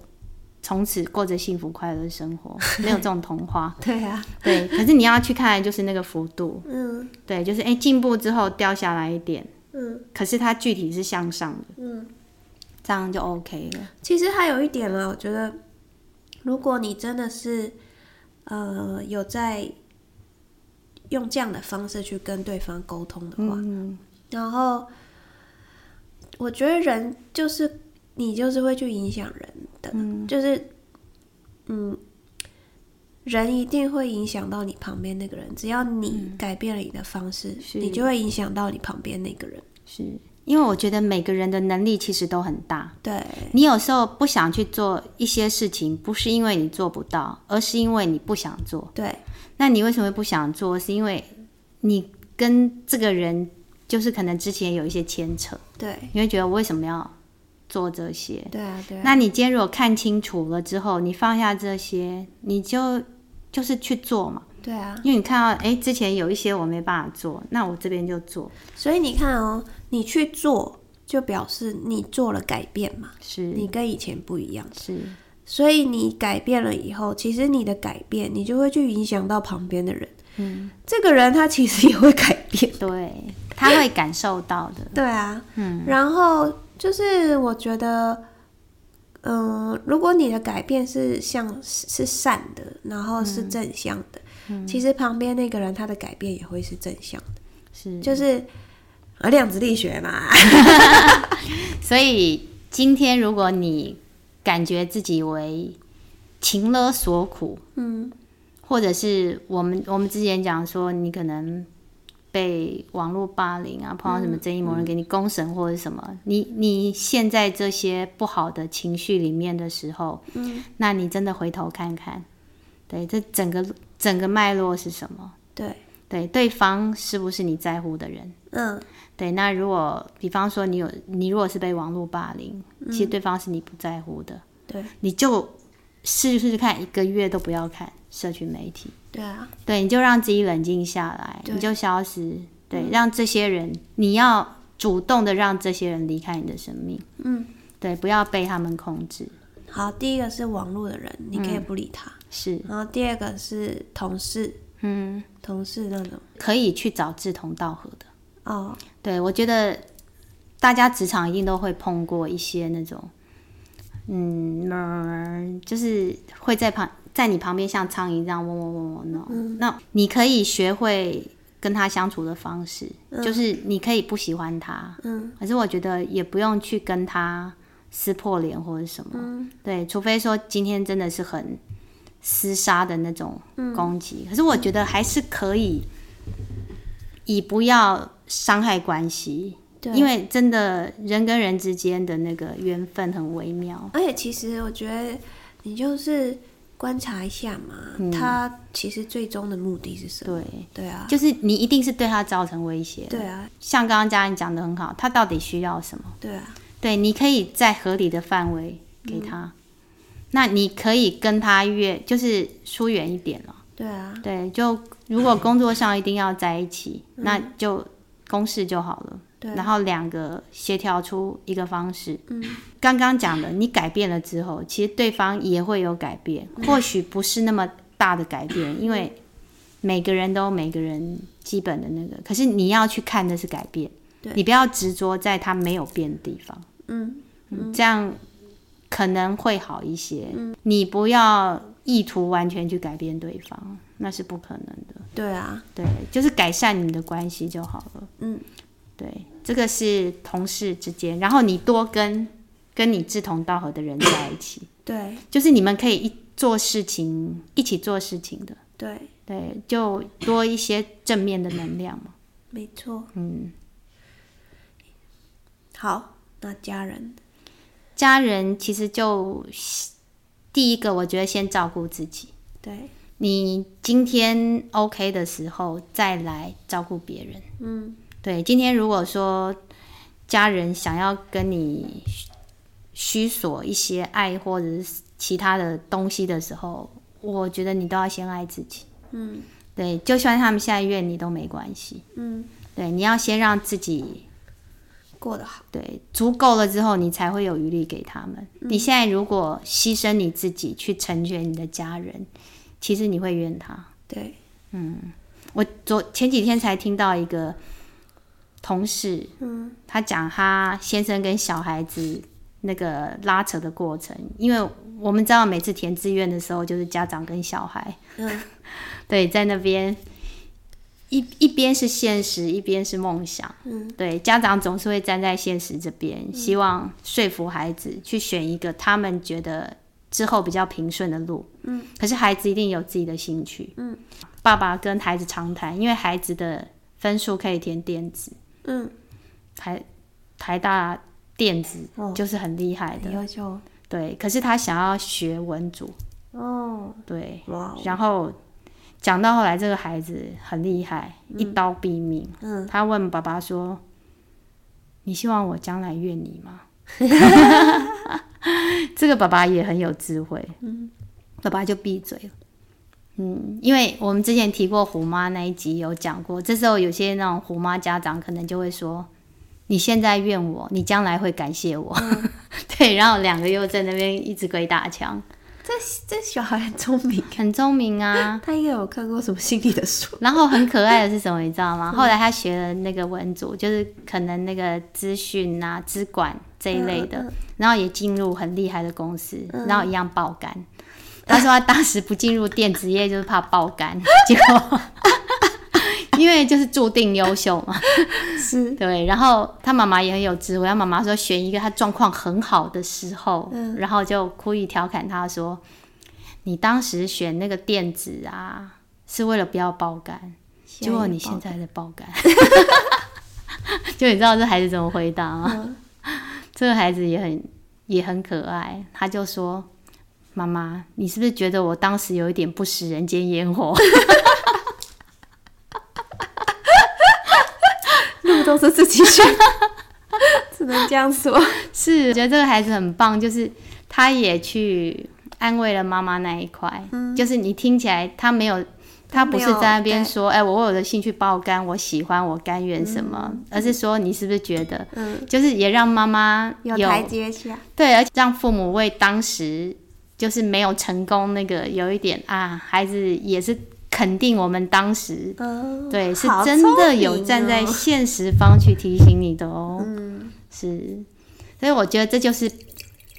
[SPEAKER 2] 从此过着幸福快乐的
[SPEAKER 1] [laughs]
[SPEAKER 2] 生活，没有这种童话。
[SPEAKER 1] 对啊，
[SPEAKER 2] 对，可是你要去看，就是那个幅度，
[SPEAKER 1] 嗯
[SPEAKER 2] 对，就是哎进步之后掉下来一点，
[SPEAKER 1] 嗯。
[SPEAKER 2] 可是它具体是向上的，
[SPEAKER 1] 嗯，
[SPEAKER 2] 这样就 OK 了。
[SPEAKER 1] 其实还有一点啦，我觉得，如果你真的是，呃，有在用这样的方式去跟对方沟通的话，
[SPEAKER 2] 嗯，
[SPEAKER 1] 然后我觉得人就是你就是会去影响人的，就是嗯，人一定会影响到你旁边那个人，只要你改变了你的方式，
[SPEAKER 2] 嗯是
[SPEAKER 1] 你就会影响到你旁边那个人。
[SPEAKER 2] 是因为我觉得每个人的能力其实都很大。
[SPEAKER 1] 对，
[SPEAKER 2] 你有时候不想去做一些事情，不是因为你做不到，而是因为你不想做。
[SPEAKER 1] 对，
[SPEAKER 2] 那你为什么不想做？是因为你跟这个人就是可能之前有一些牵扯，
[SPEAKER 1] 对，
[SPEAKER 2] 你会觉得我为什么要做这些？
[SPEAKER 1] 对啊，对啊，
[SPEAKER 2] 那你今天如果看清楚了之后，你放下这些，你就就是去做嘛。
[SPEAKER 1] 对啊。
[SPEAKER 2] 因为你看到，哎，之前有一些我没办法做，那我这边就做。
[SPEAKER 1] 所以你看哦，你去做，就表示你做了改变嘛，
[SPEAKER 2] 是
[SPEAKER 1] 你跟以前不一样。
[SPEAKER 2] 是，
[SPEAKER 1] 所以你改变了以后，其实你的改变，你就会去影响到旁边的人。嗯，这个人他其实也会改变。 [laughs]
[SPEAKER 2] 对，他会感受到的。
[SPEAKER 1] 对啊，
[SPEAKER 2] 嗯，
[SPEAKER 1] 然后就是我觉得，嗯、如果你的改变是像是是善的，然后是正向的，其实旁边那个人他的改变也会是正向的，
[SPEAKER 2] 是，
[SPEAKER 1] 就是啊量子力学嘛。
[SPEAKER 2] 所以今天如果你感觉自己为情勒所苦，
[SPEAKER 1] 嗯
[SPEAKER 2] 或者是我们我们之前讲说你可能被网络霸凌啊，碰到什么正义魔人给你公审或者什么，你你陷在这些不好的情绪里面的时候，
[SPEAKER 1] 嗯，
[SPEAKER 2] 那你真的回头看看，对，这整个整个脉络是什么？
[SPEAKER 1] 对，
[SPEAKER 2] 对，对方是不是你在乎的人？
[SPEAKER 1] 嗯。
[SPEAKER 2] 对，那如果比方说你有你如果是被网络霸凌，其实对方是你不在乎的，
[SPEAKER 1] 嗯对
[SPEAKER 2] 你就试试看一个月都不要看社群媒体，
[SPEAKER 1] 对啊，
[SPEAKER 2] 对，你就让自己冷静下来，
[SPEAKER 1] 对嗯
[SPEAKER 2] 你就消失，对，让这些人你要主动的让这些人离开你的生命，
[SPEAKER 1] 嗯，
[SPEAKER 2] 对，不要被他们控制，
[SPEAKER 1] 好，第一个是网络的人，你可以不理他；
[SPEAKER 2] 是，
[SPEAKER 1] 然后第二个是同事，
[SPEAKER 2] 嗯，
[SPEAKER 1] 同事那种
[SPEAKER 2] 可以去找志同道合的，
[SPEAKER 1] 哦，
[SPEAKER 2] 对我觉得大家职场一定都会碰过一些那种。嗯，哞就是会在旁在你旁边像苍蝇这样嗡嗡嗡嗡弄。那你可以学会跟他相处的方式，就是你可以不喜欢他，嗯，可是我觉得也不用去跟他撕破脸或者什么，对，除非说今天真的是很厮杀的那种攻击，可是我觉得还是可以，以不要伤害关系。
[SPEAKER 1] 对
[SPEAKER 2] 因为真的人跟人之间的那个缘分很微妙，
[SPEAKER 1] 而且其实我觉得你就是观察一下嘛，
[SPEAKER 2] 嗯
[SPEAKER 1] 他其实最终的目的是什么？
[SPEAKER 2] 对，
[SPEAKER 1] 对啊，
[SPEAKER 2] 就是你一定是对他造成威胁。
[SPEAKER 1] 对啊，
[SPEAKER 2] 像刚刚佳颖讲的很好，他到底需要什么？
[SPEAKER 1] 对啊，
[SPEAKER 2] 对，你可以在合理的范围给他。
[SPEAKER 1] 嗯
[SPEAKER 2] 那你可以跟他越就是疏远一点了。
[SPEAKER 1] 对啊，
[SPEAKER 2] 对，就如果工作上一定要在一起，
[SPEAKER 1] 嗯
[SPEAKER 2] 那就公事就好了。
[SPEAKER 1] 对啊
[SPEAKER 2] 然后两个协调出一个方式。嗯，刚刚讲的，你改变了之后，其实对方也会有改变，或许不是那么大的改变，因为每个人都有每个人基本的那个，可是你要去看的是改变，
[SPEAKER 1] 对
[SPEAKER 2] 你不要执着在他没有变的地方。
[SPEAKER 1] 嗯
[SPEAKER 2] 嗯，这样可能会好一些。嗯，你不要意图完全去改变对方，那是不可能的。
[SPEAKER 1] 对啊，
[SPEAKER 2] 对，就是改善你们的关系就好了。
[SPEAKER 1] 嗯，
[SPEAKER 2] 对，这个是同事之间，然后你多跟跟你志同道合的人在一起， [coughs]
[SPEAKER 1] 对
[SPEAKER 2] 就是你们可以一做事情，一起做事情的。
[SPEAKER 1] 对，
[SPEAKER 2] 对，就多一些正面的能量嘛。
[SPEAKER 1] 没错。
[SPEAKER 2] 嗯，
[SPEAKER 1] 好，那家人，
[SPEAKER 2] 家人其实就第一个，我觉得先照顾自己。
[SPEAKER 1] 对，
[SPEAKER 2] 你今天 OK 的时候，再来照顾别人。
[SPEAKER 1] 嗯，
[SPEAKER 2] 对，今天如果说家人想要跟你需索一些爱或者是其他的东西的时候，我觉得你都要先爱自己。
[SPEAKER 1] 嗯
[SPEAKER 2] 对，就算他们现在怨你都没关系。
[SPEAKER 1] 嗯，
[SPEAKER 2] 对，你要先让自己
[SPEAKER 1] 过得好，
[SPEAKER 2] 对足够了之后，你才会有余力给他们。
[SPEAKER 1] 嗯
[SPEAKER 2] 你现在如果牺牲你自己去成全你的家人，其实你会怨他。
[SPEAKER 1] 对，
[SPEAKER 2] 我昨前几天才听到一个同事，
[SPEAKER 1] 嗯，
[SPEAKER 2] 他讲他先生跟小孩子那个拉扯的过程，因为我们知道每次填志愿的时候，就是家长跟小孩，
[SPEAKER 1] 嗯，
[SPEAKER 2] [laughs] 对，在那边一一边是现实，一边是梦想，
[SPEAKER 1] 嗯，
[SPEAKER 2] 对，家长总是会站在现实这边，希望说服孩子去选一个他们觉得之后比较平顺的路，嗯，可是孩子一定有自己的兴趣，嗯，爸爸跟孩子常谈，因为孩子的分数可以填电子，
[SPEAKER 1] 嗯，
[SPEAKER 2] 台台大电子
[SPEAKER 1] 哦
[SPEAKER 2] 就是很厉害的，
[SPEAKER 1] 很优秀，
[SPEAKER 2] 对，可是他想要学文组，
[SPEAKER 1] 哦，
[SPEAKER 2] 对，
[SPEAKER 1] 哇哦，
[SPEAKER 2] 然后讲到后来，这个孩子很厉害，一刀毙命。
[SPEAKER 1] 嗯，
[SPEAKER 2] 他问爸爸说：“你希望我将来怨你吗？” [laughs] 这个爸爸也很有智慧，嗯，爸爸就闭嘴了。嗯，因为我们之前提过虎妈那一集有讲过，这时候有些那种虎妈家长可能就会说：“你现在怨我，你将来会感谢我。 [laughs] 对，然后两个又在那边一直鬼打墙，
[SPEAKER 1] 这这小孩很聪明，
[SPEAKER 2] 很聪明啊。
[SPEAKER 1] [laughs] 他应该有看过什么心理的书，
[SPEAKER 2] [laughs]
[SPEAKER 1] 嗯
[SPEAKER 2] 然后很可爱的是什么，你知道吗？后来他学了那个文组，就是可能那个资讯啊、资管这一类
[SPEAKER 1] 嗯
[SPEAKER 2] 的，然后也进入很厉害的公司，然后一样爆肝。他说他当时不进入电子业就是怕爆
[SPEAKER 1] [laughs]
[SPEAKER 2] 肝，结果因为就是注定优秀嘛，
[SPEAKER 1] 是，
[SPEAKER 2] 对。然后他妈妈也很有智慧，他妈妈说选一个他状况很好的时候，
[SPEAKER 1] 嗯
[SPEAKER 2] 然后就故意调侃他说：“你当时选那个电子啊，是为了不要爆肝。”结果你现在还在爆肝， [laughs] 就你知道这孩子怎么回答吗？这个孩子也很也很可爱，他就说：“妈妈，你是不是觉得我当时有一点不食人间烟火？”
[SPEAKER 1] 路都是自己选， [laughs] 只能这样说，
[SPEAKER 2] 是，我觉得这个孩子很棒，就是他也去安慰了妈妈那一块，就是你听起来他没有。他不是
[SPEAKER 1] 没有
[SPEAKER 2] 在那边说，哎、我为我的兴趣爆肝，我喜欢，我甘愿什么，而是说你是不是觉得，
[SPEAKER 1] 嗯，
[SPEAKER 2] 就是也让妈妈
[SPEAKER 1] 有台阶下，
[SPEAKER 2] 对，而且让父母为当时就是没有成功那个有一点啊，孩子也是肯定我们当时、
[SPEAKER 1] 嗯，
[SPEAKER 2] 对是
[SPEAKER 1] 好
[SPEAKER 2] 真的
[SPEAKER 1] 聪明
[SPEAKER 2] 有站在
[SPEAKER 1] 哦
[SPEAKER 2] 现
[SPEAKER 1] 嗯
[SPEAKER 2] 实方去提醒你的哦，是，所以我觉得这就是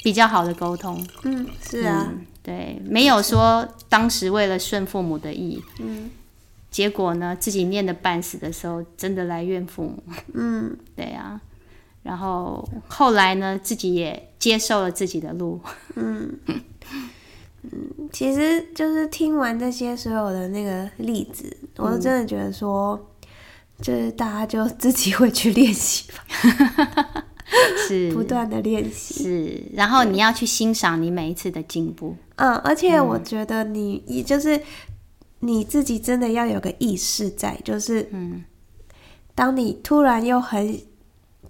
[SPEAKER 2] 比较好的沟通。
[SPEAKER 1] 嗯，是啊，
[SPEAKER 2] 嗯，对，没有说当时为了顺父母的意，嗯，结果呢自己念的半死的时候，真的来怨父母，嗯，对啊，然后后来呢自己也接受了自己的路，
[SPEAKER 1] 其实就是听完这些所有的那个例子，我真的觉得说，就是大家就自己会去练习吧，
[SPEAKER 2] 是
[SPEAKER 1] 不断的练习。
[SPEAKER 2] 是，然后你要去欣赏你每一次的进步，
[SPEAKER 1] 嗯，而且我觉得你，也就是你自己真的要有个意识在，就是，嗯，当你突然又很，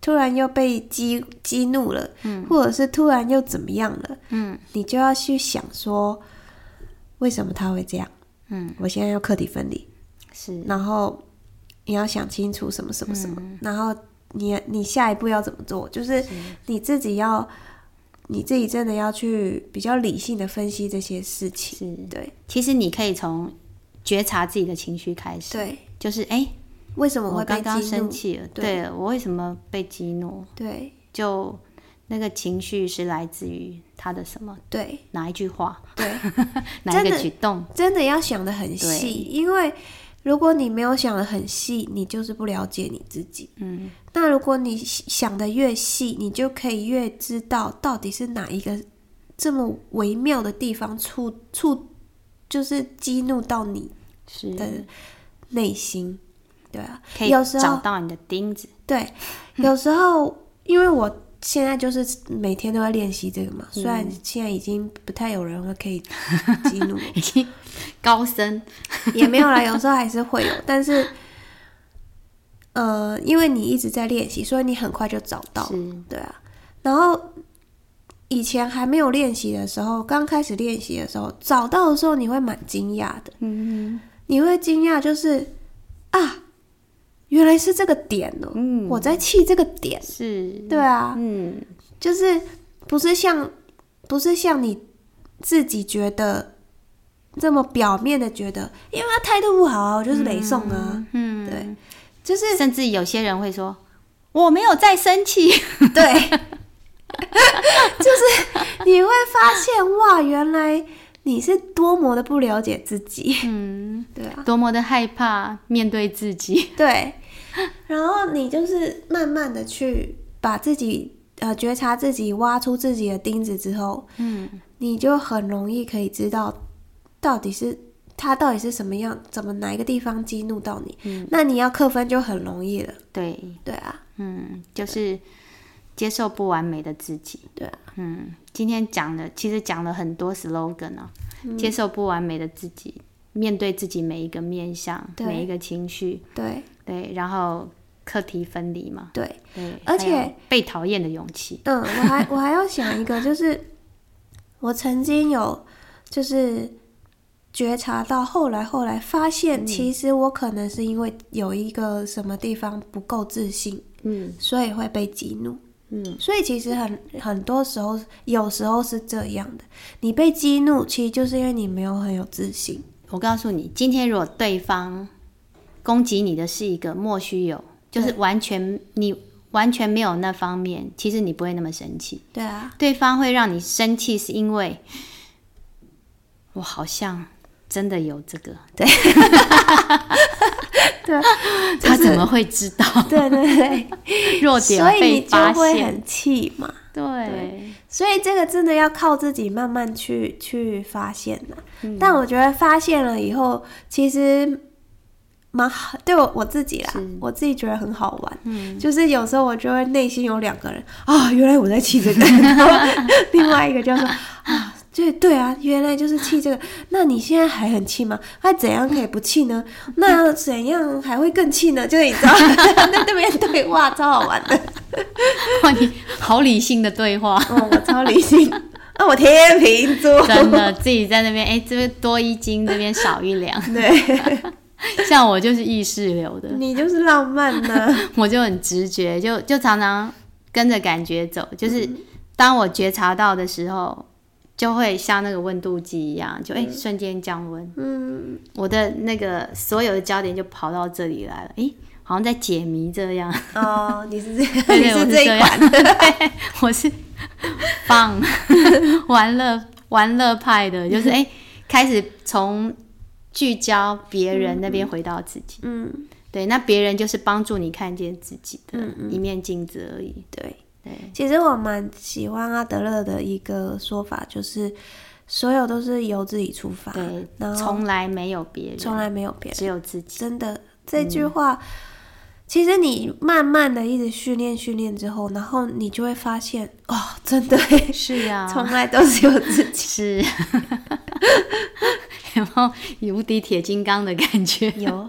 [SPEAKER 1] 突然又被激激怒了，嗯，或者是突然又怎么样了，嗯，你就要去想说，为什么他会这样？
[SPEAKER 2] 嗯，
[SPEAKER 1] 我现在要课题分离，
[SPEAKER 2] 是
[SPEAKER 1] 然后你要想清楚什么什么什么，
[SPEAKER 2] 嗯
[SPEAKER 1] 然后你你下一步要怎么做，就是你自己要你自己真的要去比较理性的分析这些事情，
[SPEAKER 2] 是。
[SPEAKER 1] 对
[SPEAKER 2] 其实你可以从觉察自己的情绪开始，
[SPEAKER 1] 对，
[SPEAKER 2] 就是哎，
[SPEAKER 1] 为什么
[SPEAKER 2] 我
[SPEAKER 1] 会被
[SPEAKER 2] 刚刚
[SPEAKER 1] 激
[SPEAKER 2] 生
[SPEAKER 1] 怒？
[SPEAKER 2] 气了，
[SPEAKER 1] 对
[SPEAKER 2] 对我为什么被激怒？
[SPEAKER 1] 对
[SPEAKER 2] 就那个情绪是来自于他的什么？
[SPEAKER 1] 对
[SPEAKER 2] 哪一句话？
[SPEAKER 1] 对，
[SPEAKER 2] [laughs] 哪一
[SPEAKER 1] 真
[SPEAKER 2] 个
[SPEAKER 1] 的
[SPEAKER 2] 举动？
[SPEAKER 1] 真的要想的很
[SPEAKER 2] 对
[SPEAKER 1] 细，因为如果你没有想的很细，你就是不了解你自己。
[SPEAKER 2] 嗯，
[SPEAKER 1] 那如果你想的越细，你就可以越知道到底是哪一个这么微妙的地方触触，就是激怒到你
[SPEAKER 2] 是
[SPEAKER 1] 的内心。对啊，
[SPEAKER 2] 可以
[SPEAKER 1] 有时候
[SPEAKER 2] 找到你的钉子。 [laughs]
[SPEAKER 1] 对，有时候因为我现在就是每天都在练习这个嘛，
[SPEAKER 2] 嗯
[SPEAKER 1] 虽然现在已经不太有人会可以激怒我，
[SPEAKER 2] 已经 [laughs] 高深，
[SPEAKER 1] 也没有啦，有时候还是会有，但是。呃，因为你一直在练习，所以你很快就找到。
[SPEAKER 2] 是
[SPEAKER 1] 对啊，然后以前还没有练习的时候，刚开始练习的时候，找到的时候你会蛮惊讶的，
[SPEAKER 2] 嗯
[SPEAKER 1] 你会惊讶就是啊，原来是这个点哦，
[SPEAKER 2] 嗯
[SPEAKER 1] 我在气这个点，
[SPEAKER 2] 是，
[SPEAKER 1] 对啊，
[SPEAKER 2] 嗯
[SPEAKER 1] 就是不是像不是像你自己觉得这么表面的觉得，因为他态度不好啊，我就是雷送啊，
[SPEAKER 2] 嗯，
[SPEAKER 1] 对，就是
[SPEAKER 2] 甚至有些人会说我没有在生气，
[SPEAKER 1] [laughs] 对，就是你会发现哇，原来你是多么的不了解自己，
[SPEAKER 2] 嗯，
[SPEAKER 1] 对啊，
[SPEAKER 2] 多么的害怕面对自己，
[SPEAKER 1] 对，然后你就是慢慢的去把自己呃觉察自己，挖出自己的钉子之后，
[SPEAKER 2] 嗯，
[SPEAKER 1] 你就很容易可以知道到底是。他到底是什么样？怎么哪一个地方激怒到你？那你要扣分就很容易了，
[SPEAKER 2] 对，
[SPEAKER 1] 对啊，
[SPEAKER 2] 嗯，就是接受不完美的自己，
[SPEAKER 1] 对啊，
[SPEAKER 2] 嗯，今天讲了，其实讲了很多 slogan 啊，
[SPEAKER 1] 嗯
[SPEAKER 2] 接受不完美的自己，面对自己每一个面相，
[SPEAKER 1] 对
[SPEAKER 2] 每一个情绪，
[SPEAKER 1] 对
[SPEAKER 2] 对，然后课题分离嘛，
[SPEAKER 1] 对。
[SPEAKER 2] 对，
[SPEAKER 1] 而且
[SPEAKER 2] 还有被讨厌的勇气，
[SPEAKER 1] 嗯，我还我还要想一个，就是我曾经有就是觉察到，后来后来发现，其实我可能是因为有一个什么地方不够自信，
[SPEAKER 2] 嗯
[SPEAKER 1] 所以会被激怒。
[SPEAKER 2] 嗯，
[SPEAKER 1] 所以其实很很多时候，有时候是这样的，你被激怒，其实就是因为你没有很有自信。
[SPEAKER 2] 我告诉你，今天如果对方攻击你的是一个莫须有，就是完全你完全没有那方面，其实你不会那么生气。
[SPEAKER 1] 对啊，
[SPEAKER 2] 对方会让你生气，是因为我好像真的有这个，
[SPEAKER 1] [laughs] 对啊，
[SPEAKER 2] 他怎么会知道
[SPEAKER 1] 对对对，
[SPEAKER 2] 弱点
[SPEAKER 1] [laughs] 所以你
[SPEAKER 2] 被
[SPEAKER 1] 就
[SPEAKER 2] 发
[SPEAKER 1] 会
[SPEAKER 2] 现？
[SPEAKER 1] 很气嘛。
[SPEAKER 2] 对，
[SPEAKER 1] 所以这个真的要靠自己慢慢去去发现的、但我觉得发现了以后，其实蛮好，对我我自己啦
[SPEAKER 2] 是，
[SPEAKER 1] 我自己觉得很好玩。就是有时候我就会内心有两个人啊，原来我在气这个，然后另外一个就说啊。对对啊，原来就是气这个。那你现在还很气吗？那怎样可以不气呢？那怎样还会更气呢？就是你知道， [laughs] 那对面对话超好玩的。，
[SPEAKER 2] 哇，你好理性的对话
[SPEAKER 1] 哦，我超理 [laughs] 性。啊，我天秤座。
[SPEAKER 2] 真的自己在那边，哎，这边多一斤，这边少一两。
[SPEAKER 1] 对，
[SPEAKER 2] [laughs] 像我就是意识流的，
[SPEAKER 1] 你就是浪漫呢、
[SPEAKER 2] [laughs] 我就很直觉，就就常常跟着感觉走，就是当我觉察到的时候，就会像那个温度计一样，就哎、瞬间降温，
[SPEAKER 1] 嗯，
[SPEAKER 2] 我的那个所有的焦点就跑到这里来了，哎、好像在解谜这样， [laughs]
[SPEAKER 1] 哦，你是这，
[SPEAKER 2] 对
[SPEAKER 1] 你
[SPEAKER 2] 对，我
[SPEAKER 1] 这
[SPEAKER 2] 这
[SPEAKER 1] 一
[SPEAKER 2] 样，
[SPEAKER 1] 款，
[SPEAKER 2] 对，我是棒， [laughs] 玩乐玩乐派的，就是哎、开始从聚焦别人那边回到自己。
[SPEAKER 1] [laughs] 嗯，
[SPEAKER 2] 对，那别人就是帮助你看见自己的一面镜子而已。
[SPEAKER 1] 对。
[SPEAKER 2] 对，
[SPEAKER 1] 其实我蛮喜欢阿德勒的一个说法，就是所有都是由自己出发，然
[SPEAKER 2] 对，
[SPEAKER 1] 后
[SPEAKER 2] 从来没有别人，
[SPEAKER 1] 从来没有别人。
[SPEAKER 2] 只有自己。
[SPEAKER 1] 真的这句话，其实你慢慢的一直训练训练之后，然后你就会发现，哦，真的耶，
[SPEAKER 2] 是
[SPEAKER 1] [laughs]
[SPEAKER 2] 啊，
[SPEAKER 1] 从来都是有自
[SPEAKER 2] [laughs]
[SPEAKER 1] 己。
[SPEAKER 2] 是，然后有无敌铁金刚的感觉。
[SPEAKER 1] 有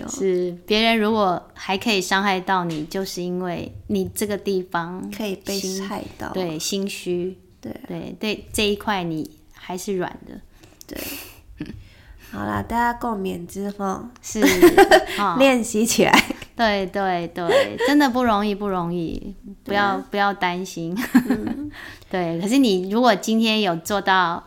[SPEAKER 1] 有，
[SPEAKER 2] 是别人如果还可以伤害到你，就是因为你这个地方
[SPEAKER 1] 可以被
[SPEAKER 2] 心
[SPEAKER 1] 害到。
[SPEAKER 2] 对心虚，
[SPEAKER 1] 对
[SPEAKER 2] 对对这一块你还是软的，
[SPEAKER 1] 对，好啦，大家共勉之哈，
[SPEAKER 2] 是啊、
[SPEAKER 1] 练习起来。
[SPEAKER 2] [laughs] 对对对，真的不容易，不容易，不要不要担心。 [laughs] 对，可是你如果今天有做到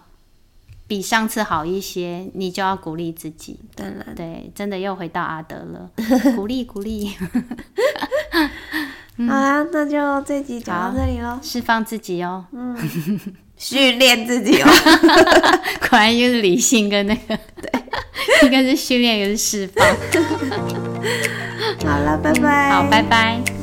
[SPEAKER 2] 比上次好一些，你就要鼓励自己。
[SPEAKER 1] 当然，
[SPEAKER 2] 对，真的又回到阿德了，鼓励鼓励，
[SPEAKER 1] 好啦，那就这集讲
[SPEAKER 2] 好
[SPEAKER 1] 到这里喽，
[SPEAKER 2] 释放自己哦。
[SPEAKER 1] 训练自己 [laughs] 哦。
[SPEAKER 2] 果然又是理性跟那个， [laughs] 对，一个是训练，一个是释放。
[SPEAKER 1] 好了，拜拜。
[SPEAKER 2] 好，拜拜。